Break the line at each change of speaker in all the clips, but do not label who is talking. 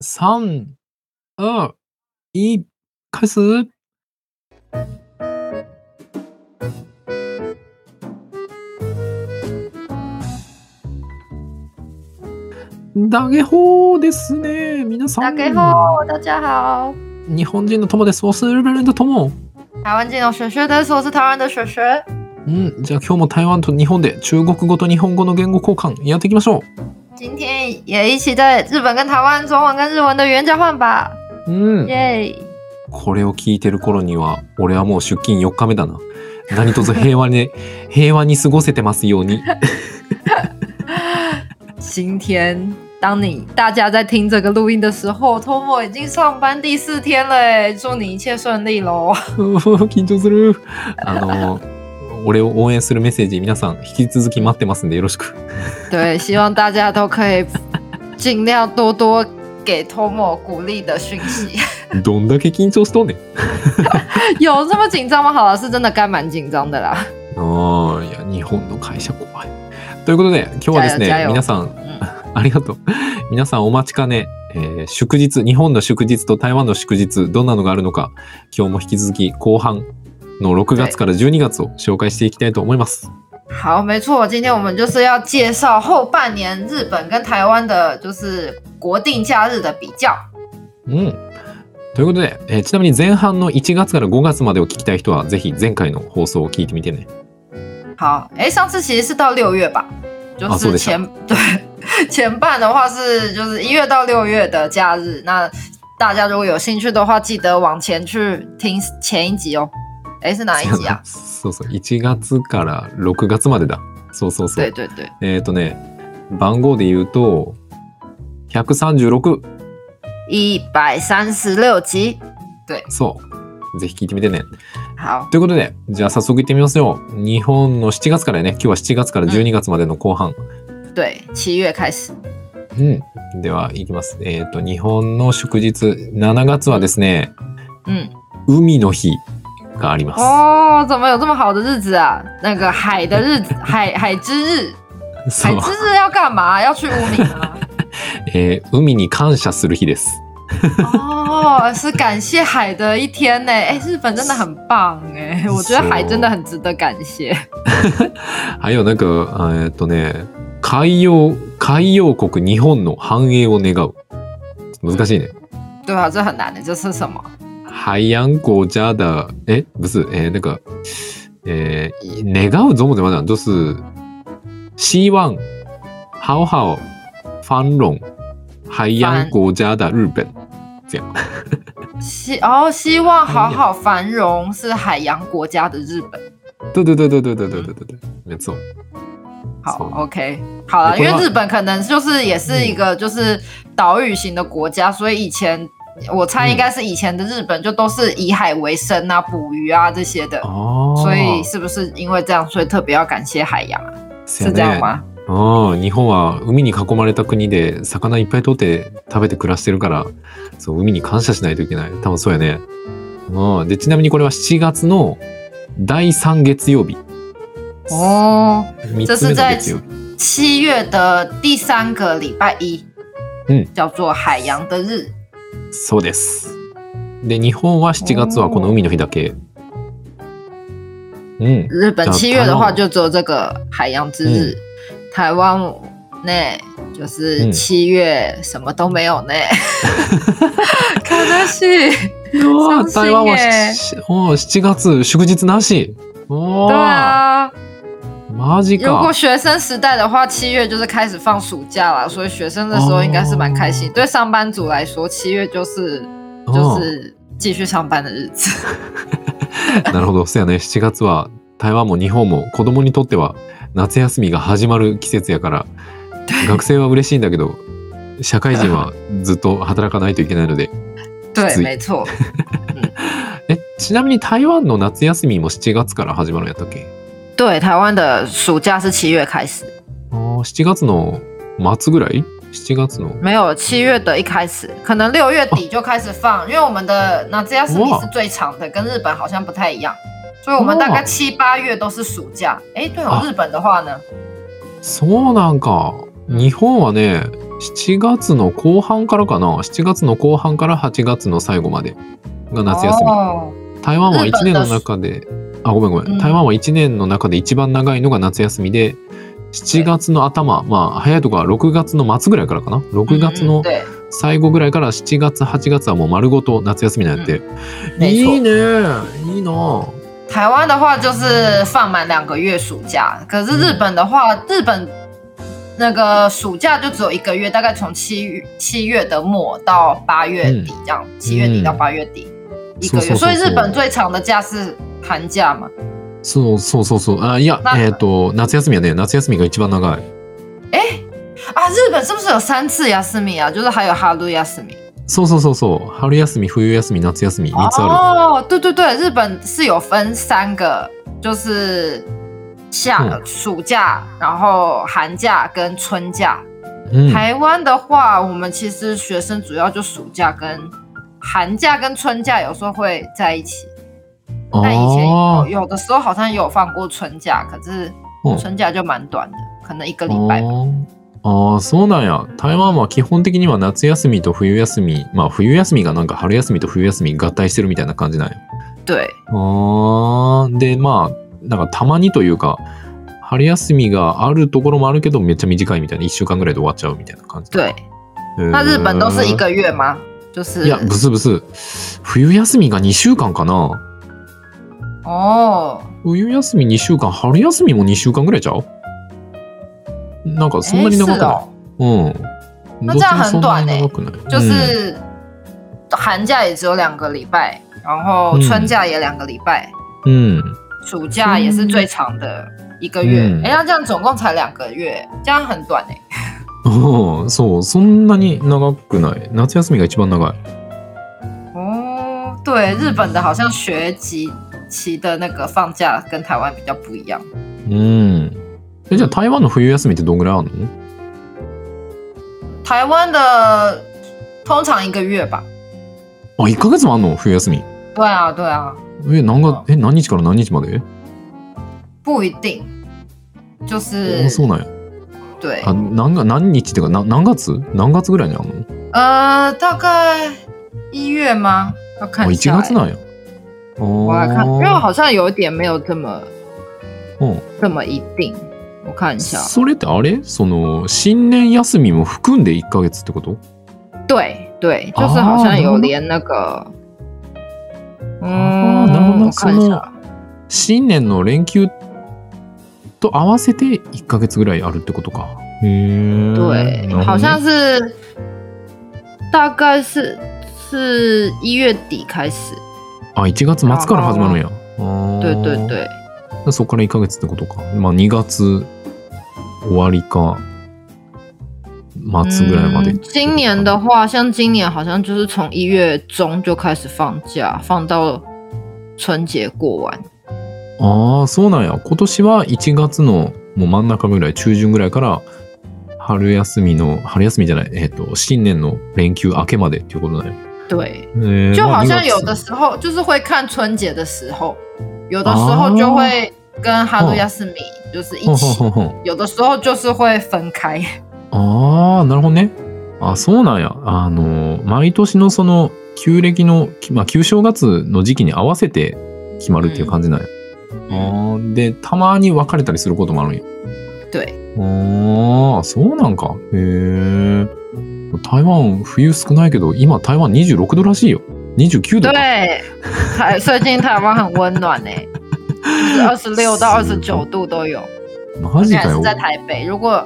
三、二、一、开始。ダゲホーですね。皆さん。
打给我，大家好。
日本人の友です。我是日本人的友。
台湾金融学学的，我是台湾的学学。
うん、じゃあ今日も台湾と日本で中国語と日本語の言語交換やっていきましょ
今天也一起在日本跟台湾中文跟日文的语言交换吧，
う。
嗯
うん。
耶！
これを聞いてる頃には、俺はもう出勤4日目だな。何卒平和に、 平和に過ごせてますように。
今天当你大家在听这个录音的时候，Tomo 已经上班第四天了，哎，祝你一切顺利喽！
うふふ緊張する。あの、俺を応援するメッセージ、皆さん引き続き待ってますんでよろしく。
对，希望大家都可以尽量多多给 Tomo 鼓励的讯息。
どんだけ緊張しとんねん。
有这么紧张吗？好了，是真的该蛮紧张的啦。
ああ、いや、日本の会社怖い。ということで、今日はです
じゃあ
ね、
よ
皆さん、
嗯，
ありがとう。皆さんお待ちかね、えー祝日、日本の祝日と台湾の祝日、どんなのがあるのか、今日も引き続き後半の6月から12月を紹介していきたいと思います。
好，没错，今天我们就是要介绍后半年日本跟台湾的，就是国定假日的比较。
うん。ということで、えーちなみに前半の1月から5月までを聞きたい人は、ぜひ前回の放送を聞いてみてね。
好，哎，上次其实是到六月吧，就
啊そう
是
でした？
前、 对前半的话是就是一月到六月的假日，那大家如果有兴趣的话，记得往前去听前一集哦。哎，是哪一集啊
そうそう、1月から6月までだ。そうそうそ
对
う。
对对，
えっ、とね、番号で言うと、136。
一百三十六集。
そう。ぜひ聞いてみてね。
好，
ということで、じゃあ早速行ってみますよ。日本の7月からやね、今日は7月から12月までの後半。
对，七月开始。
うん。では、行きます。えっ、と、日本の祝日、7月はですね、
嗯，
海の日がありま
哦，怎么有这么好的日子啊？那个海的日子，海海之日，
す。
海
そう。
之日要干嘛？要去污名啊吗？
えー海に感謝する日です。
哦，是感谢海的一天呢。哎，日本真的很棒哎，我觉得海真的很值得感谢。
还有那个、えっ、とね、海洋、海洋国日本の繁栄を願う。難しいね。
对啊，这很难的，这是什么？
海洋国家的哎，不是哎，那个呃，哪个中文怎么讲？就是希望好好繁荣海洋国家的日本，这样
希哦，希望好好繁荣是海洋国家的日本。
对对对对对对对对对对，没错。
好
错
，OK，好了，
你
因
不
为
要
日本可能就是也是一个就是岛屿型的国家，所以以前我猜应该
嗯
是以前的日本就都是以海为生啊，捕鱼啊这些的，
哦，
所以是不是因为这样，所以特别要感谢海洋啊？
是
是这样吗？
うん日本は海に囲まれた国で魚いっぱい取って食べて暮らしてるからそう海に感謝しないといけない多分そうやね、うん、でちなみにこれは7月の第3月曜日
哦，
3つ目の月曜日
七月的第三个礼拜一，
嗯，
叫做海洋的日。
そうですで日本は7月はこの海の日だけうん叫台
日本七月的话，
湾
就只有这个海洋之日。台湾内就是
嗯
七月什么都没有 呢，可能是
うわ
斬新
台湾は
耶
しおう7月祝日なしおー
对啊。
マジ
如果
か
学生时代的话，七月就是开始放暑假了，所以学生的时候应该是蛮开
哦
心。对上班族来说，七月就是就
うん
是继续上班的日子。
なるほど。そうやね。7月は台湾も日本も子供にとっては夏休みが始まる季節やから、学生は嬉しいんだけど、社会人はずっと働かないといけないので。
对，
自己
没错。
え、ちなみに台湾の夏休みも7月から始まるんやったっけ
对，台湾的暑假是七月开始，
あー ?7 月の末ぐらい ?7 月の。
没有七月的一开始，可能六月底就开始放，因为我们的那这亚斯米是最长的，跟日本好像不太一样，所以我们大概
哦
七八月都是暑假。哎，对
啊
哦，日本的话呢，
そうなんか。日本はね、 7月の後半からかな7月の後半から8月の最後までが夏休み
哦
台湾は
日
1
本
年
だ
の
し
中であごめんごめん、
うん
台湾は1年の中で一番長いのが夏休みで7月の頭まあ早いとこは6月の末ぐらいからかな6月
嗯
の
对，
最後ぐらいから7月8月はもう丸ごと夏休みなんやって、
没错
いいねいいな
台湾的话就是放满两个月暑假，可是日本的话，日本那个暑假就只有一个月，大概从七月七月的末到八月底这样，七月底到八月底、一个
そうそうそう
月，
そう
所以日本最长的假是寒假嘛？
そうそうそうそうあいや
な
えっ、と夏休みやね夏休みが一番長い
啊，日本是不是有三次亚斯米啊？就是还有哈鲁亚斯米
そうそうそうそう春休み冬休み夏休み3つあ
哦，对对对，日本是有分三个，就是夏、
嗯
暑假，然后寒假跟春假。
る、うん、
台湾的话，我们其实学生主要就暑假跟寒假跟春假有时候会在一起，
哦
但以前有
あ
有的时候好像也有放过春假，可是
嗯哦
春假就蛮短的，可能一个
あ
礼拜吧。
ーあーそうなんや台湾は基本的には夏休みと冬休みまあ冬休みがなんか春休みと冬休み合体してるみたいな感じなんや
对，
あーでまあなんかたまにというか春休みがあるところもあるけどめっちゃ短いみたいな1週間ぐらいで終わっちゃうみたいな感じ
对，
へー
那日本都是一个月吗？就是
いやブスブス冬休みが2週間かな
哦，
冬休み2週間春休みも2週間ぐらいちゃうなんかそんなに長
诶
く
是
ない、う
哦，
ん
那这样很短
ね
欸就是寒假也只有两个礼拜，然后春假也两个礼拜，
うん、うん
暑假也是最长的一个月。
嗯
哎、那这样总共才两个月，这样很短哎、
ああそうそんなに長くない夏休みが一番長い
哦，对，日本的好像学期期的那个放假跟台湾比较不一样。
うんえじゃあ台湾の冬休みってどんぐらいあるの
台湾的通常一个月吧。
あ1ヶ月もあんの冬休み
对啊，对啊，
え何がえ何日から何日まで
不一定，就
あ
是
そうなんや
对，
あ何が何日っていうかな何月何月ぐらいにあんの
呃，大概一月吗？要
あ
看一
1
下、哎
月なんやあ
我来看，因为
あ
好像有一点没有这么
うん
这么一定。我看一下，
それってあれその新年休みも含んで1ヶ月ってこと
对对，就是好像有连那个，
啊能不
嗯，
能
我看一
什
下
么，新年の連休と合わせて1ヶ月ぐらいあるってことかへえ
对，好像是大概是是一月底开始，
あ1月末から始まるんやあ
对对对
でそこから1ヶ月ってことか。まあ2月終わりか末ぐらいまで。
嗯今年的话，像今年好像就是从一月中就开始放假，放到春节过完。
ああ、そうなんや。今年は1月のもう真ん中ぐらい、中旬ぐらいから春休みの、春休みじゃない、えっ、と、新年の連休明けまでっていうことだよ。
对，
えー
就
まあ
好
2
像
月
有的时候就是会看春节的时候，有的时候就会跟哈鲁亚斯米就是一
ほん
起，
ほんほんほん
有的时候就是会分开。
ああ、なるほどね。あそうなんや。あの、毎年のその、旧暦の、きまあ、旧正月の時期に合わせて決まるっていう感じなんや。あ
哦
ーで、たまに別れたりすることもあるんや。
对，
ああ、そうなんか。へえ。台湾、冬少ないけど、今台湾26度らしいよ。29度か。
对，台 最近台湾很温暖呢、二十六到二十九度都有，
マ
而
ジ
且
か
还哦是
よ。
在台北。如果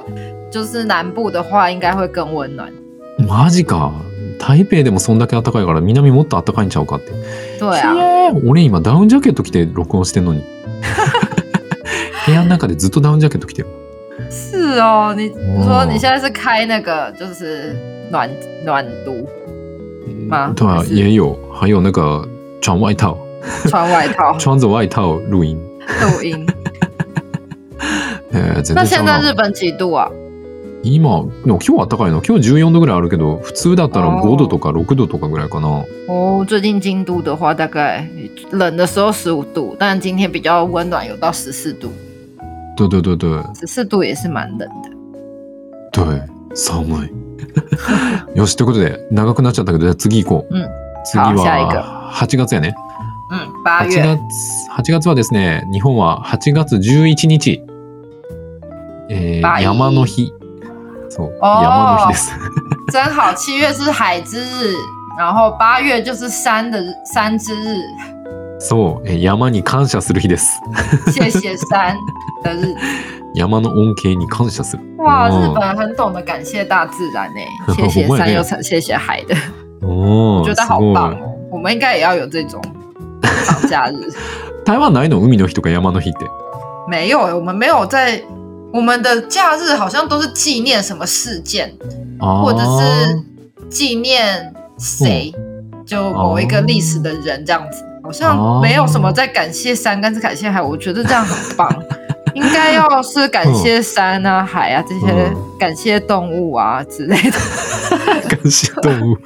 就是南部的话，应该会更温暖。
マジか。台北でもそんだけ暖かいから、南もっと暖かいんちゃうかって。
对啊，
へー俺今ダウンジャケット着て録音してん のに。部屋の中でずっとダウンジャケット着てる。
是哦。你你
哦
说你现在是开那个就是暖暖炉吗？
对啊
还，是
也有。还有那个穿外套。
穿外 套
穿着外套录音。
录音。
えー、全
那
然ちゃ
现
う
在
な
日本几度啊？
今、でも今日暖かいの今日14度ぐらいあるけど、普通だったら
あー
5度とか6度とかぐらいかな。
哦，最近京都的话，大概冷的时候十五度，但今天比较温暖，有到十四度，
对对对对
十四度也是蛮冷的。
对，寒い。 よし、ということで、長くなっちゃったけど、じゃあ次行こう。
うん
次
好下一个
は8月やね。
嗯，八
8
月
月、8月はですね、日本は8月11日。え
バ
ー、
イ
山の日。そう、
哦
山の日です。
真好，七月是海之日，然后八月就是山的日山之 日，
そう、えー山に感謝する日です。
谢谢山的日子。
山の恩恵に感謝する。
哇，
哦
日本很懂得感谢大自然呢、 谢
我
谢
们也
山
没有
又谢谢海的，
おー
我觉得
す
好
ご
棒
い。
哦。我们应该也要有这种放假日。
台湾ないの海の日とか山の日って。
没有、欸我们没有在我们的假日好像都是纪念什么事件，
あー
或者是纪念谁，就某一个历史的人这样子，好像没有什么在感谢山跟感谢海，我觉得这样很棒。应该要是感谢山啊、海啊这些
嗯，
感谢动物啊之类的。
感謝と思う。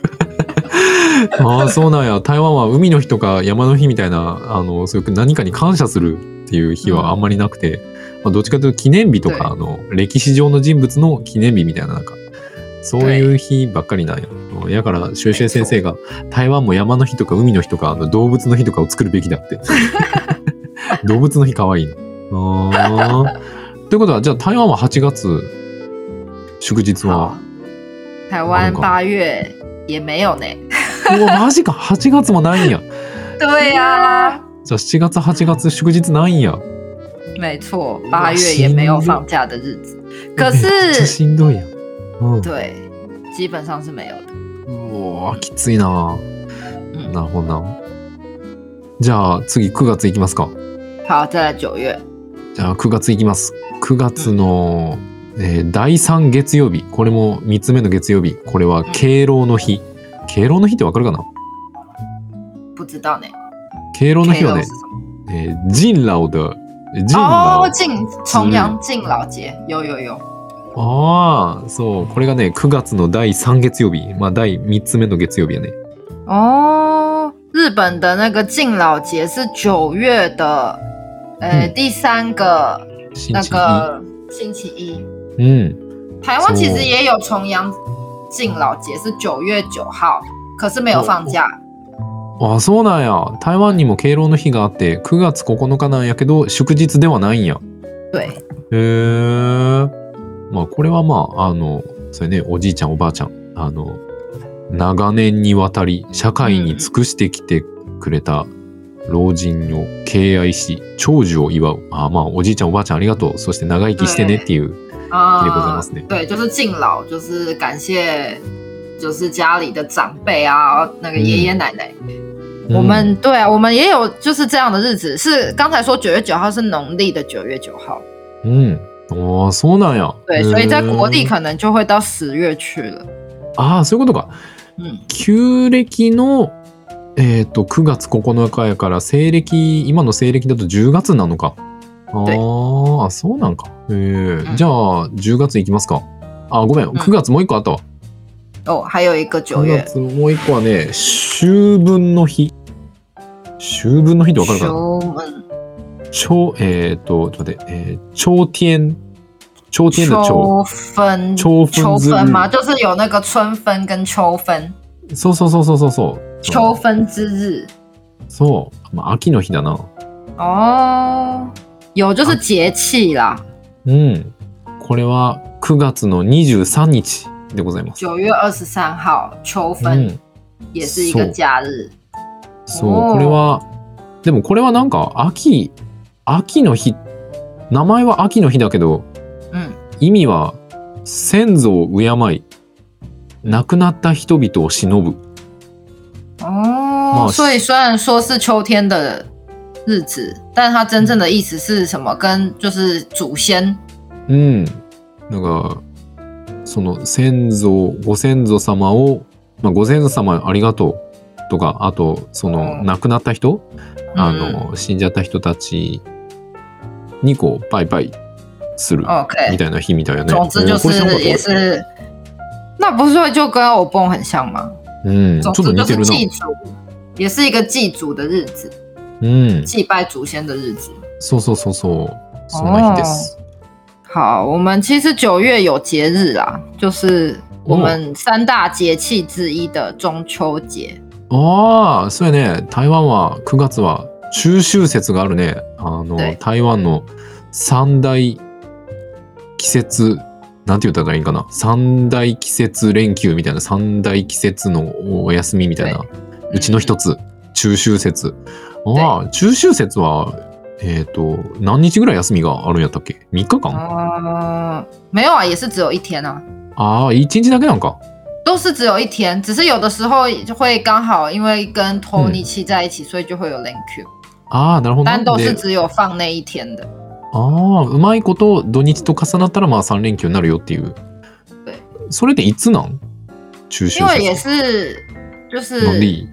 ああそうなんや台湾は海の日とか山の日みたいなあのそういう何かに感謝するっていう日はあんまりなくて、まあ、どっちかというと記念日と
は
か
い
あの歴史上の人物の記念日みたいななんかそういう日ばっかりなんや。やから修正先生が台湾も山の日とか海の日とかあの動物の日とかを作るべきだって動物の日かわいいな。あーということはじゃあ台湾は8月祝日は
好台湾
好
八月也没有呢。
うわ、マジか。8月もないんや。
对呀、
じゃあ7月、8月、祝日ないんや。
没错，八月也没有放假的日子。可
めっちゃ
是，
しんどいやん。うん。
对，基本上是没有的。
うわ、きついな。
嗯，
なるほどな。じゃあ次、9月いきますか。
好，再来九月。
じゃあ9月いきます。9月の、えー第3月曜日。これも3つ目の月曜日。これは敬老の日。敬老の日ってわかるかな
不知道呢。
敬老の日は
K
ね
是，什么？
えー、人老的、人老
哦，。敬重阳敬老节，有有有。
ああ、そう。これがね、9月の第3月曜日。まあ、第3つ目の月曜日やね。
哦，日本的那个敬老节是九月的，呃，
嗯
第三个
新
那
期
个星期一。
一うん。
台湾其实也有重阳敬老节，是九月九号，可是
哦
没有放假。
あ、そうなんや。台湾にも敬老の日があって、9月9日なんやけど、祝日ではないんや。
对，
へえ。まあ、これはまあ、あの、それね、おじいちゃん、おばあちゃん、あの、長年にわたり、社会に尽くしてきてくれた老人を敬愛し、長寿を祝う。あまあ、おじいちゃん、おばあちゃん、ありがとう。そして長生きしてねっていう。
啊、
可以不这么死呢
对，就是敬老，就是感谢，就是家里的长辈啊，那个爷
嗯
爷奶奶。我
うん
们对啊，我们也有就是这样的日子，是刚才说九月九号是农历的九月九号，
うん。おーそうなんや。
对，所以在国
へ
历
ー
可能就会到十月去了。
ああ、そういうことか。
嗯，
旧暦の、えっ、と、9月9日やから、西暦、今の西暦だと10月なのか。
对
ああ、そうなんか。え
うん
じゃあ、10月いきますか。あ、ごめん、
ん
9月もう一個あったわ。
哦，还有一个九
9
月，
月もう一個はね、秋分の日。秋分の日ってわかるかな
秋嗯
超、えっ、と、ちょっと待って、えー、超天、超天の超。
秋分，
秋分
秋
之
分
日
嘛，就是有那个春分跟秋分，
そうそうそうそうそうそう。
秋分之日。
そう。まあ、秋の日だな。
哦，有就是
啊
节气啦，
うん。これは9月の23日でございます。
九月二十三号秋
う
分、
ん。
也是一个假日。
そう。
おー
これは、でもこれはなんか秋、秋の日、名前は秋の日だけど、
嗯，
意味は先祖を敬い、亡くなった人々を忍ぶ。
哦
哦，
所以虽然说是秋天的日子，但它真正的意思是什么？跟就是祖先
うん。なんか、その先祖、ご先祖様を、まあ、ご先祖様ありがとうとか、あと、その
うん
亡くなった人あ
嗯
の、死んじゃった人たちにこう、バイバイするみ
，OK，
たいな日みたいなね。
总之就
これ知らなかっ
是
た
也是，那不是就跟欧蹦很像吗？
うん、ちょ
总
っと似て
之就是
るな。
祭祖，也是一个祭祖的日子，
うん、
祭拜祖先的日子。
そうそうそうそう。そんな日です。
啊好，我们其实九月有节日啦，就是我们三大节气之一的中秋节。
ああ、そうやね。台湾は9月は中秋節があるね。あの
对
台湾の三大季節なんて言ったらいいんかな。三大季節連休みたいな三大季節のお休みみたいなうちの一つ中秋節。ああ、中秋節はえっ、と何日ぐらい休みがあるんやったっけ？3日
哦
間？
嗯，没有啊，也是只有一天啊，
ああ、1日だけなんか。
都是只有一天，只是有的时候就会刚好因为跟 Tony 七在一起，所以就会有 Link，
ああ、なるほど。
但都
で
是只有放那一天的。
ああ、うまいこと土日と重なったらまあ3連休になるよっていう
对。
それでいつなん中秋
因为也
節
是就
の
是
り。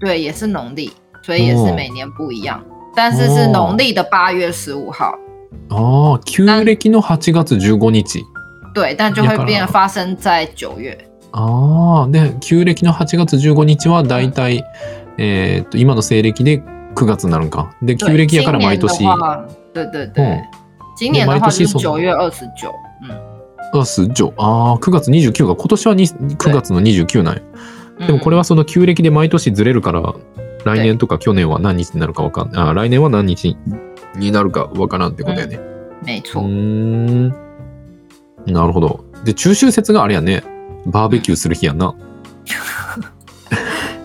对，也是农历，所以也是
哦
每年不一样，但是是农历的八月十五号，
ああ、旧暦の8月15日。
对，但就会
要
变
干嘛
发生在九月。
ああ、で、旧暦の8月15日はだいたい、えーっと、今の西暦で9月になるんか。で、旧
对，
暦や
今
から毎
年的
年、
话，对对对
嗯，
今年的
每
话
年
就是
そ
九
の
月二十九，嗯，
あすじょああ、9月29が、今年はに9月の29なんや。でもこれ
は
はその旧暦で毎年ずれるから、来年とか去年は何日になるかわかんあ、来年は何日になるかわからんってことやね。
没
うー
错，
ん。なるほど。で、中秋節があれやね。バーベキューする日やんな。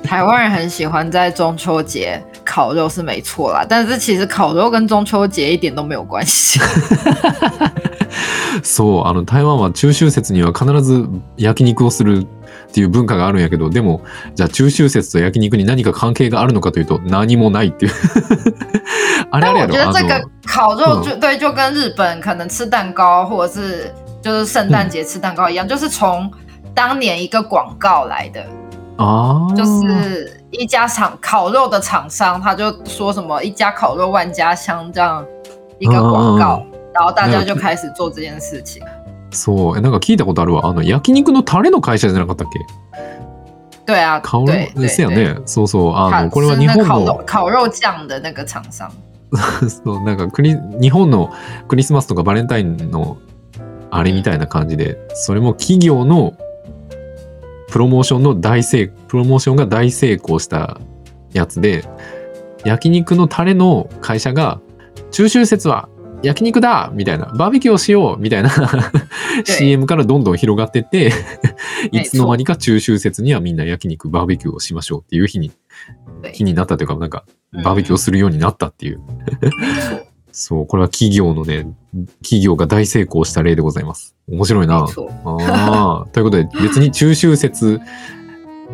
台湾人很喜欢在中秋节烤肉是没错啦，但是其实烤肉跟中秋节一点都没有关系。
そう、あの、台湾は中秋節には必ず焼肉をするっていう文化があるんやけど、でも、じゃあ中秋節と焼肉に何か関係があるのかというと、何もないっていう。 あれあ
但
れや
我
ろ
觉得
あの
这个烤肉就对，就跟日本可能吃蛋糕或者是就是圣诞节吃蛋糕一样，就是从当年一个广告来的，
あー
就是一家厂烤肉的厂商，他就说什么一家烤肉万家香这样一个广告，然后大家就开始做这件事情。
そう、えなんか聞いたことあるわ。あの、焼肉のタレの会社じゃなかったっけ
对啊，
顔の、
对对
せや
对，
ね。そうそう。あ
它
の、これは
是
日
那
本
烤肉
の、
烤肉酱的那个厂商。
そう、なんかクリ、日本のクリスマスとかバレンタインのあれみたいな感じで、それも企業のプロモーションの大成、プロモーションが大成功したやつで、焼肉のタレの会社が、中秋節は焼肉だみたいな、バーベキューをしようみたいな CM からどんどん広がってって、 いつの間にか中秋節にはみんな焼肉、バーベキューをしましょうっていう日に
对，
日になったというか、なんか、
うん
バーベキューをするようになったっていう。そう、これは企業のね、企業が大成功した例でございます。面白いな
没。错。
あーということで、別に中秋節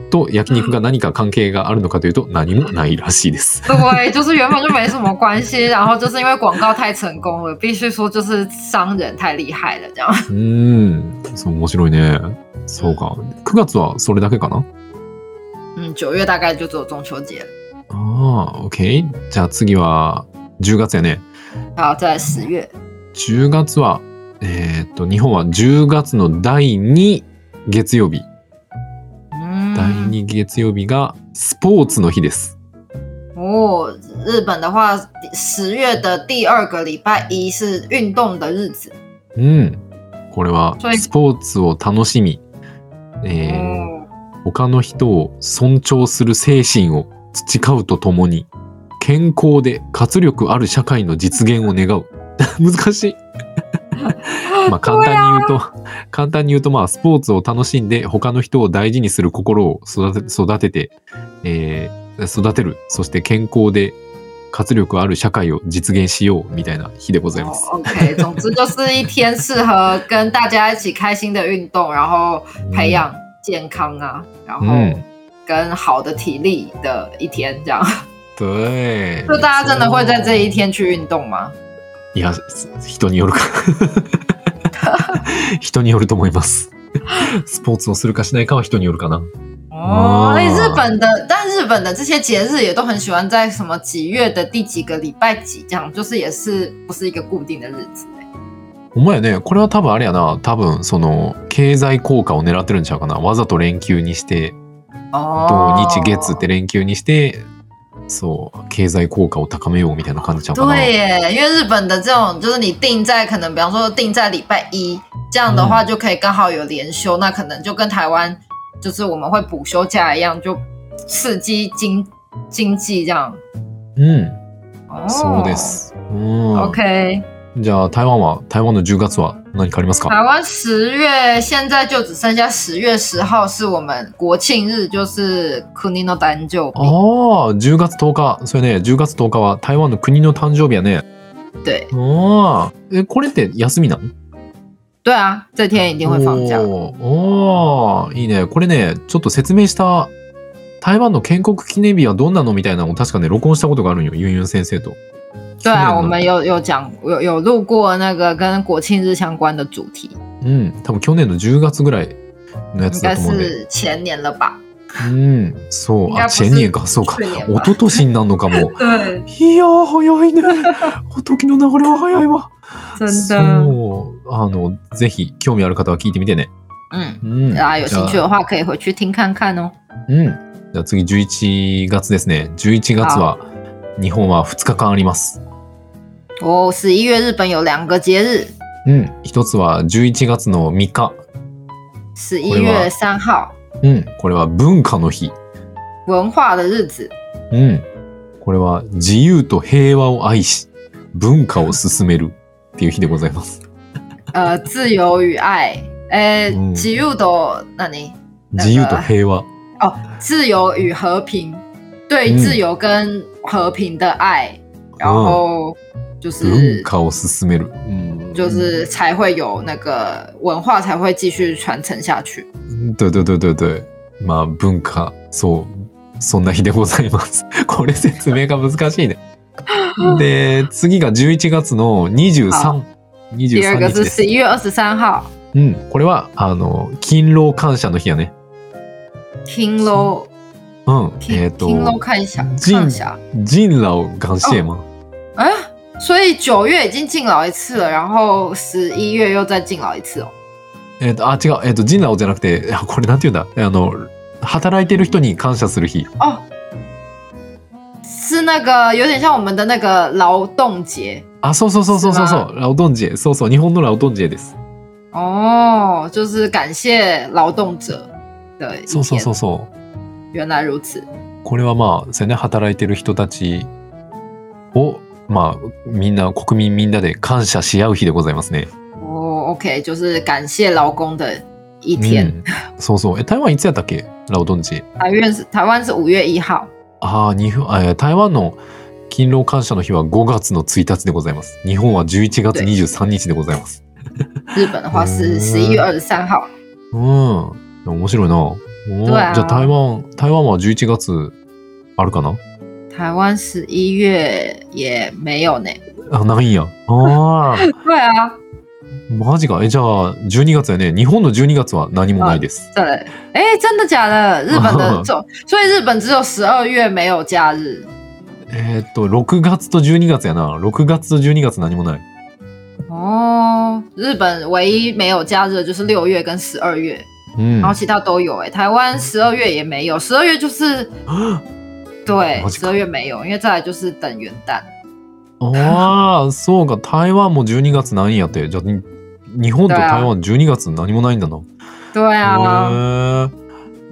と焼肉が何か関係があるのかというと、何もないらしいです。
对，就是原本就没什么关系，然后就是因为广告太成功了，必须说就是商人太厉害了，这样。
うーん、そう、面白いね。そうか。9月はそれだけかな
嗯，九月大概就只有中秋节了，
ああ、OK。じゃあ次は、10月やね。
然后在十月，
10月は、えーっと、日本は10月の第2月曜日。第
嗯，
2月曜日がスポーツの日です。
哦，日本的话，十月的第二个礼拜一是运动的日子，
うん。これは
そうです
スポーツを楽しみ、えー
哦，
他の人を尊重する精神を培うとともに、健康で活力ある社会の実現を願う。 難しい。まあ簡
啊
単に言うと、簡単に言うと、まあスポーツを楽しんで他の人を大事にする心を育て育てて、えー育てる。そして健康で活力ある社会を実現しようみたいな日でございます。
哦，OK，总之就是一天适合跟大家一起开心的运动，然后培养健康啊，然后
嗯
跟好的体力的一天，这样。
对。
就大家真的会在这一天去运动吗？
いや、人によるか。人によると思います。スポーツをするかしないかは人によるかな。
哦
哦，
哎，日本的，但日本的这些节日也都很喜欢在什么几月的第几个礼拜几这样，就是也是不是一个固定的日子。
お前ね、これは多分あれやな、多分その経済効果を狙ってるんちゃうかな。わざと連休にして、
哦
土日月って連休にして、そう経済効果を高めようみたいな感じちゃうかな。
对耶，因为日本的这种就是你定在可能，比方说定在礼拜一，这样的话就可以刚好有连休，那可能就跟台湾就是我们会补休假一样，就刺激经经济这样。
うん、
哦
そうです。うん。
OK，
じゃあ台湾は台湾の10月は何かありますか？
台湾十月现在就只剩下十月十号是我们国庆日，就是库尼诺丹就
ああ、10月10日、それね、10月10日は台湾の国の誕生日やね。
对
ああ、え、これって休みなの
对啊，这天一定会放假。
おーおーいいね。これね、ちょっと説明した、台湾の建国記念日はどんなのみたいなのを確かね、録音したことがあるんよ、ユンユン先生と。
对
去年
啊，
吗
我们有有讲有有录过那个跟国庆日相关的主题，
うん、多分去年の10月ぐらいのや
应
つだ
该
と思うんで。
是前年了吧？
うん、そう。
应
あ、
该不是
チェニエか、そうか。
去
一
年吧？
昨年になるのかも。
对，
いやー、早 いね。時の流れは早いわ。哦
真的。
そう。あの、ぜひ、興味ある方は聞いてみてね。
嗯，
うん。
大家有兴趣
じゃあ
的话可以回去听看看哦。
うん。じゃあ次11月ですね。11月は日本は2日間あります。
哦，十一月日本有两个节日，
うん。一つは11月の3日。
十
我
一
的妈
月三号
うん。これは文化の日。
文化的日子，
うん。これは自由と平和を愛し、文化を進めるっていう日でございます。
呃，自由与爱，哎
嗯，
自由的那你
自由と平和。
哦，自由与和平，对
嗯
自由跟和平的爱，然
嗯
后就是。
文化を進める。うん。
就是才会有那个文化才会继续传承下去。
对对对对对。まあ文化、そう、そんな日でございます。 これ説明が難しいね。で、次が11月の23
好。
23
第二个
日で
是十
す。
一月二十三号
うん、これは、あの、勤労感謝の日やね。
，King Lo
うん、えっ、
King
と、
King Lo 看一下
进
看一下，
人劳感謝マン。
哎、所以九月已经敬老一次了，然后十一月又再敬老一次哦。
えっ、と、あ、違う、えっ、と、人労じゃなくて、あこれなんて言うんだあの、働いてる人に感謝する日。
哦，是那个有点像我们的那个劳动节
あ、そうそうそうそうそうそう、ラオドンジェ。そうそう、日本のラオドンジェです。
哦，就是感谢劳动者的一
そうそう
天
そ。うそう。
原来如此，
これはまあ、そうやね、働いてる人たちを、まあ、みんな、国民みんなで感謝し合う日でございますね。
哦，OK，就是感谢劳工的一
う
天。
んそうそう。え、台湾いつやったっけラオドンジ。
台湾是台湾是五月一号，
ああ、日本、えー台湾の勤労感謝の日は5月の1日でございます。日本は11月23日でございます。
日本的话
嗯
是十一月二十三号。
うん。面白いな。おー
うわー
じゃあ台湾、台湾は11月あるかな
台湾十一月也没有呢。
あ、ないんや。ああ、
对啊，
マジか。え、じゃあ12月やね。日本の12月は何もないです。
对，哎，真的假的？日本的这种，所以日本只有十二月没有假日。
えーっと、6月と12月やな。6月と12月何もない。
哦，日本唯一没有假日的就是六月跟十二月，
うん。
然
マ
后其他都有、哎，台湾十二月也没有，十二月就是对
了，解
十二月没有，因为再来就是等元旦。
ああ、そうか。台湾も12月ないんやって。じゃあ、に日本と台湾12月何もないんだな。
对啊，
へえ。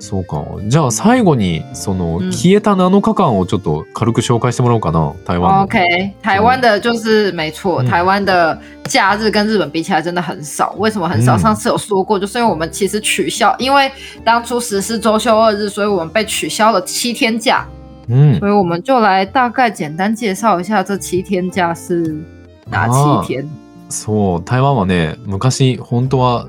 そうか。じゃあ、最後に、その、
うん
消えた7日間をちょっと軽く紹介してもらおうかな。台湾の。
OK，台湾的就是没错，
嗯
台湾的假日跟日本比起来真的很少。为什么很少？
嗯
上次有说过，就是因为我们其实取消，因为当初实施周休二日，所以我们被取消了七天假。
うん。
所以我们就来大概简单介绍一下这七天假是哪
哦
七天。
そう。台湾はね、昔、本当は、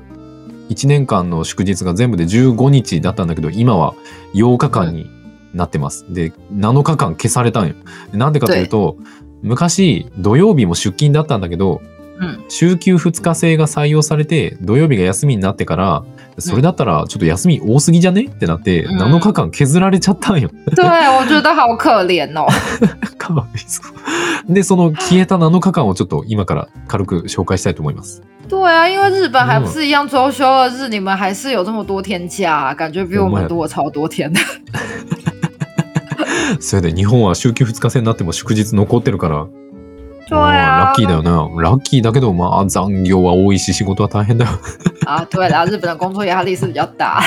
1年間の祝日が全部で15日だったんだけど、今は8日間になってます。で、7日間消されたんよ。なんでかというと、昔、土曜日も出勤だったんだけど、
嗯，
週休2日制が採用されて土曜日が休みになってからそれだったらちょっと休み多すぎじゃねってなって
うん
7日間削られちゃったんよ。
对，我觉得好可怜哦。
かわいそう。でその消えた7日間をちょっと今から軽く紹介したいと思います。
对啊，因为日本还不是一样周休二日，你们还是有这么多天假、感觉比我们多超多天的。
それで日本は週休2日制になっても祝日残ってるから。
对
うんラ
啊
ッキーだよな。ラッキーだけど、まあ残業は多いし仕事は大変だよ。
啊，对啦，日本的工作压力是比较大。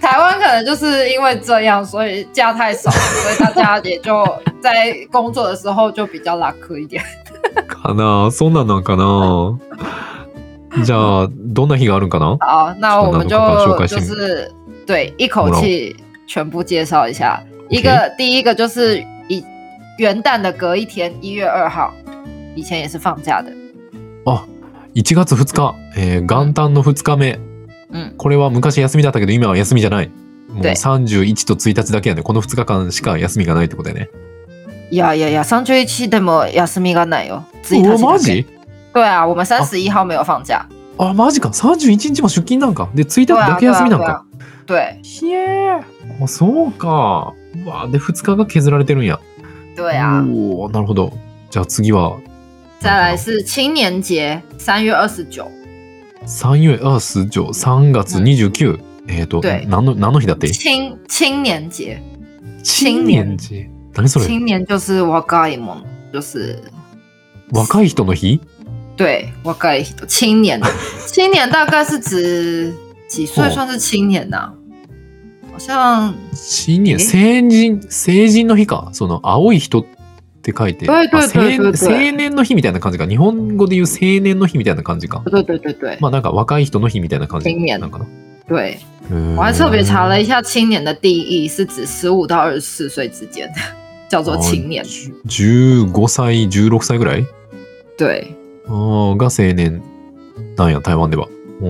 台湾可能就是因为这样，所以假太少，所以大家也就在工作的时候就比较拉科一点。
かな そんなんなんかなじゃあ、どんな日があるんかな
好，那我们就
那我们赶快说
就是对一口气全部介绍一下。一
OK
个第一个就是以元旦的隔一天，一月二号，以前也是放假的。
1月2日、えー元旦の2日目。
嗯，
これは昔休みだったけど、今は休みじゃない。もう
で
31と1日だけやね。この2日間しか休みがないってことやね。
呀呀呀，上周一期でも休みがないよ。自己
お
探索
マジ
对啊，我们三十一号没有放假。
あ、マジか。31日も出勤なんか。で、1日
对啊，
だけ
对啊，
休みなん
对
か
啊。。对
ひえー。あ、そうか。うわで、2日が削られてるんや。
对啊。
おおなるほど。じゃあ次は、
再来是青年节，三月二十九，
3月、あ、数上、3月29。えっと、
对
何の、何の日だって
青青年节，
新
年
寺。何それ
青年就是瓦嘎伊蒙，就是
若い人の日
对瓦嘎伊的青 年，青年大概是指几岁
哦
算是青年呐、好像
新年、
え
成人、成人の日か。その、青い人って書いて。あ
对对对对
青
对
青年の日みたいな感じか。日本語で言う青年の日みたいな感じか。
对对对对
まあなんか若い人の日みたいな感じ
青年
なんかな。
对，
我
我还特别查了一下青年的定义，是指十五到二十四岁之间 的，叫做青年。
15歳、16歳ぐらい
对，
あーが青年なんや、台湾では。お
う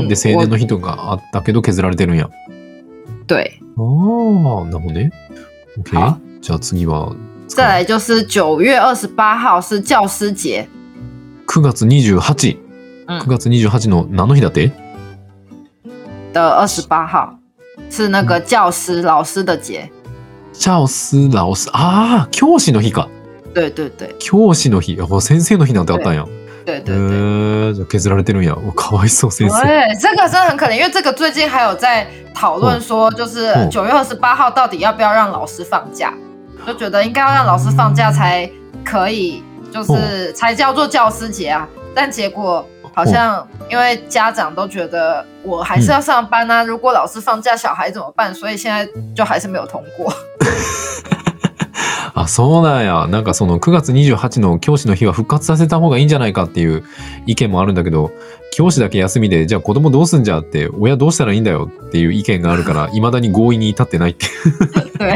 ー
ん
で、青年の日とかあったけど削られてるんや。
对，
あー、なるほどね。OK。
好
じゃあ次は、
再来就是九月二十八号是教师节，
9月28。
嗯
9月28の何の日だって
的二十八号，是那个教师、老师的节。
チャオス、ラオス。あー、教師の日か。
对对对
教師の日。あ先生の日なんてあったんや。
对对
へ
对。
ー、じゃあ削られてるんや。うわかわいそう、先生。
呃对，这个真的很可怜，因为这个最近还有在讨论说，就是
嗯
九月二十八号到底要不要让老师放假，就觉得应该要让老师放假才可以，就是才叫做教师节啊。但结果好像因为家长都觉得我还是要上班啊，如果老师放假，小孩怎么办？所以现在就还是没有通 过。
あ、そうなんや。なんかその9月28の教師の日は復活させた方がいいんじゃないかっていう意見もあるんだけど、教師だけ休みで、じゃあ子供どうすんじゃって、親どうしたらいいんだよっていう意見があるから、未だに合意に至ってないって。
对，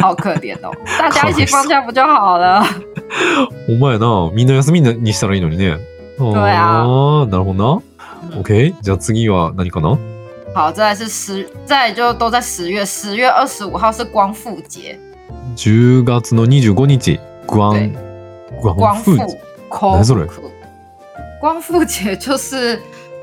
好可怜哦，大家一起放假不就好了？
お前な、みんな休みにしたらいいのにね。
うや
あーなるほどな。
嗯
OK。じゃあ次は何かな
好，再来是十，再来就都在十月，十月二十五号是光复节，
?10 月の25日、グアン、グア
光
ンフ
复
ーズ。
空
哪是人
光复节就是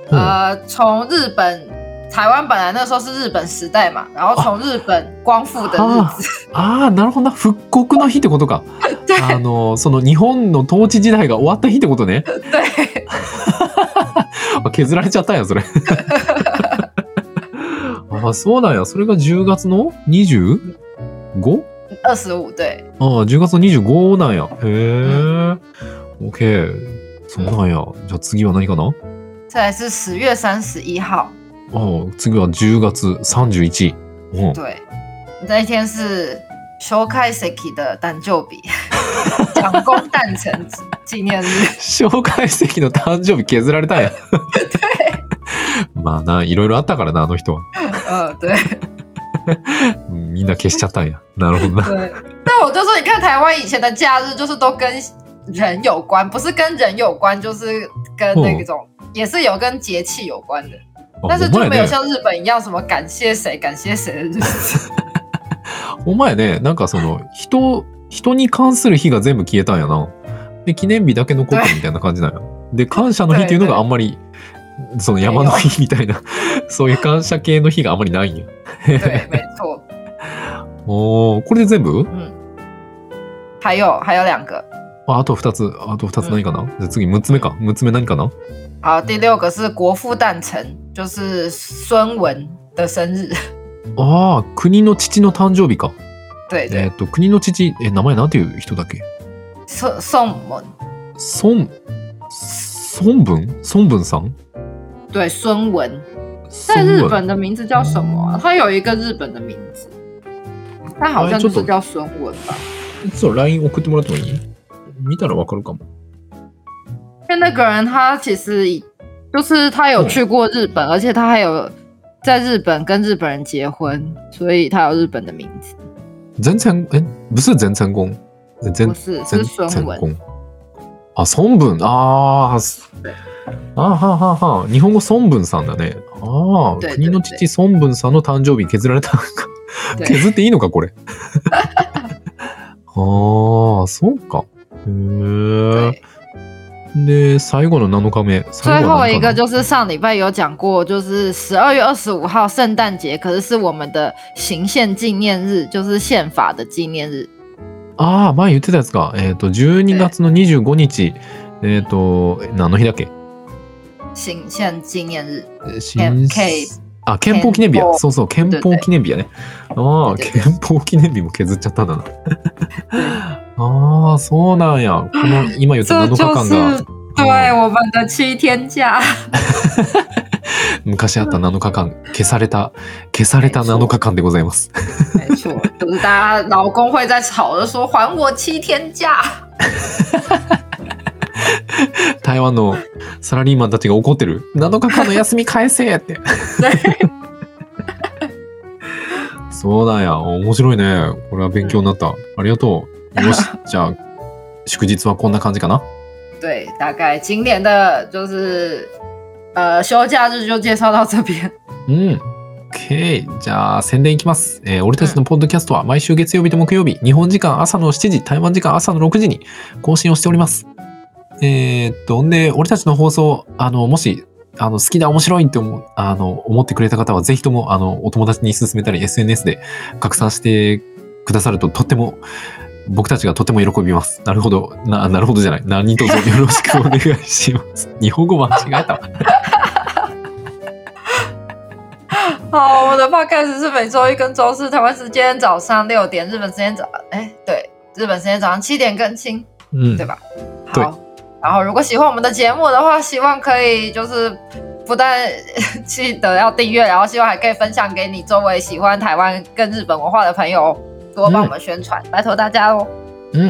嗯
呃，从日本台湾本来那时候是日本时代嘛，然后从日本光复的
啊
日子，
ああ、なるほどな。復刻の日ってことか。
对
あの、その日本の統治時代が終わった日ってことね。
对
あ削られちゃったんやそれ あそうなんやそれが10月の 25?
二十五对，
ああ10月の25なんやへえ OK そうなんやじゃあ次は何かな
再来是十月三十一号，
ああ次は10月31うん
对，那一天是修开 Seki 的诞就比， 蒋公诞辰纪念日。
紹介席の誕生日削られたんやまあないろいろあったからなあの人は
嗯，对
うんみんな消しちゃったんやなるほ どな
对。但我就说，你看台湾以前的假日，就是都跟人有关，不是跟人有关，就是跟那种、也是有跟节气有关的，但
あお
是就
前
没有
ね
像日本一样什么感谢谁感谢谁的日 子。
お前ね、なんかその、人、人に関する日が全部消えたんやな。で、記念日だけ残ったみたいな感じなんや。で、感謝の日っていうの があんまり、その山の日みたいな、 そういう感謝系の日があんまりないんや。
对，没错。
おー、これで全部
还有还有两个，
ああと2つ、あと2つ何かな、じゃあ次6つ目か。6つ目何かな
好，第六个是国父诞辰，就是孙文的生日。
ああ、国の父の誕生日か。
对
え
对
っ、，と、国の父、え、名前なんていう人だっけ
宋宋文
孫、孫文孫文さん
对孙文，在
孫
日
文
本的名字叫什么啊、他有一个日本的名字，但好像就是叫孙文吧。
そう、LINE 送ってもらってもいい見たらわかるかも。
因为那个人他其实已就是他有去过日本，而且他还有在日本跟日本人结婚，所以他有日本的名字。
全成、え、不是全成功。全
不是，
全
是孙
成
文。
功。あ、孫文。あーあ、はあはあはあ。日本語孫文さんだね。ああ、
对
国の父孫文さんの誕生日削られた。
对
削っていいのか、 これ。ああ、そうか。へ
对，
え。で、最後の7日目。
最
最後
后
は
一
何
个
かな
就是上礼拜有讲过，就是十二月二十五号圣诞节，可是是我们的行宪纪念日，就是宪法的纪念日。
ああ、前言ってたやつか。えっ、と、12月の25日。えっ、と、え何の日だっけ
行宪纪念日，
新
K-
あ憲法記念日や
憲法
そうそう憲法記念日やねああ
对对
憲法記念日も削っちゃった んだなああそうなんやこの今言った7日
这
間
就是
が
对我们的七天假。
昔あった7日間消された消された7日間でございます
没错，就是大家老公会在吵着说还我七天假。
台湾のサラリーマンたちが怒ってる7日間の休み返せってそうなんや面白いねこれは勉強になったありがとうよしじゃあ祝日はこんな感じかな
对，大概今年的就是呃休假日就介绍到这边。
うん。OK。じゃあ、宣伝いきます。えー俺たちのポッドキャストは毎週月曜日と木曜日、日本時間朝の7時、台湾時間朝の6時に更新をしております。えーっと、んで、俺たちの放送、あの、もし、あの、好きだ、面白いって思う、あの、思ってくれた方は、ぜひとも、あの、お友達に勧めたり、SNS で拡散してくださると、とっても、僕たちがとても喜びます。なるほど。な、なるほどじゃない。何卒よろしくお願いします。日本語間違えたわ。
好，我们的 podcast 是每周一跟周四，台湾时间早上六点，日本时间早哎对，日本时间早上七点更新。
うん
对。吧？
对
好，然后如果喜欢我们的节目的话，希望可以就是不但 记得要订阅，然后希望还可以分享给你周围喜欢台湾跟日本文化的朋友哦，多帮我们宣传，拜托大家哦喽。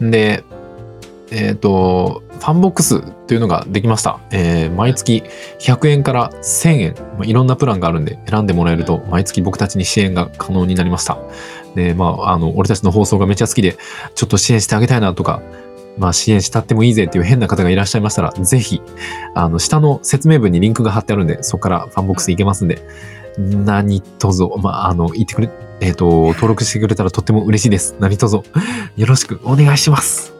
うん。で、えっ、と、ファンボックスというのができました。えー毎月100円から1000円、まあいろんなプランがあるんで選んでもらえると、毎月僕たちに支援が可能になりました。で、まあ、あの、俺たちの放送がめっちゃ好きで、ちょっと支援してあげたいなとか、まあ、支援したってもいいぜっていう変な方がいらっしゃいましたら、ぜひ、あの、下の説明文にリンクが貼ってあるんで、そこからファンボックス行けますんで、何とぞ、まあ、あの、言ってくれ、えっ、と、登録してくれたらとっても嬉しいです。何とぞ、よろしくお願いします。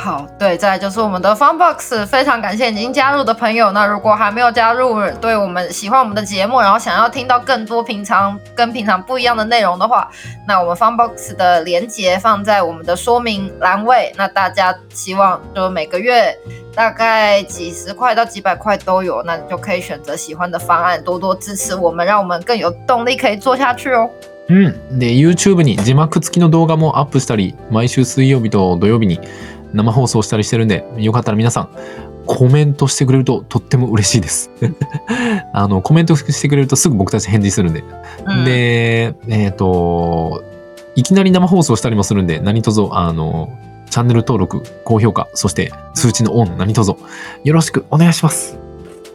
好，对，再来就是我们的 Funbox，非常感谢已经加入的朋友。那如果还没有加入，对我们喜欢我们的节目，然后想要听到更多平常跟平常不一样的内容的话，那我们 Funbox 的连接放在我们的说明栏位。那大家希望就每个月大概几十块到几百块都有，那你就可以选择喜欢的方案，多多支持我们，让我们更有动力可以做下去哦。
うん。で、YouTube に字幕付きの動画もアップしたり、毎週水曜日と土曜日に生放送したりしてるんで、よかったら皆さん、コメントしてくれるととっても嬉しいです。 あの、コメントしてくれるとすぐ僕たち返事するんで。
嗯，
で、えっ、と、いきなり生放送したりもするんで、何卒、あの、チャンネル登録、高評価、そして通知のオン、何卒、よろしくお願いします。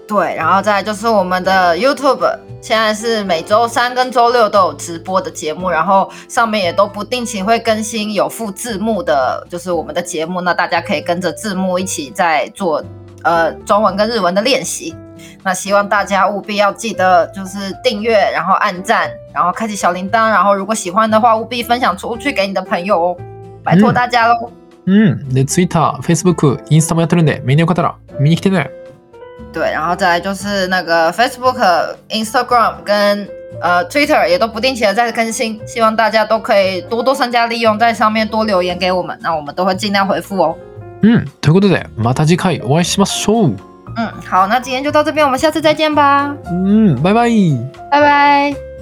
对，然后再来就是我们的 YouTube，现在是每周三跟周六都有直播的节目，然后上面也都不定期会更新有附字幕的，就是我们的节目，那大家可以跟着字幕一起在做呃中文跟日文的练习。那希望大家务必要记得就是订阅，然后按赞，然后开启小铃铛，然后如果喜欢的话，务必分享出去给你的朋友哦，拜托
嗯
大家喽。
うん。で、Twitter、Facebook、インスタもやってるんで、みんなよかったら見に来てね。
对，然后再来就是那个 Facebook、Instagram 跟呃 Twitter 也都不定期的在更新，希望大家都可以多多参加利用，在上面多留言给我们，那我们都会尽量回复哦。
うん。ということで、また次回お会いしましょう。
嗯，好，那今天就到这边，我们下次再见吧，
うん。バイバイ。
拜拜。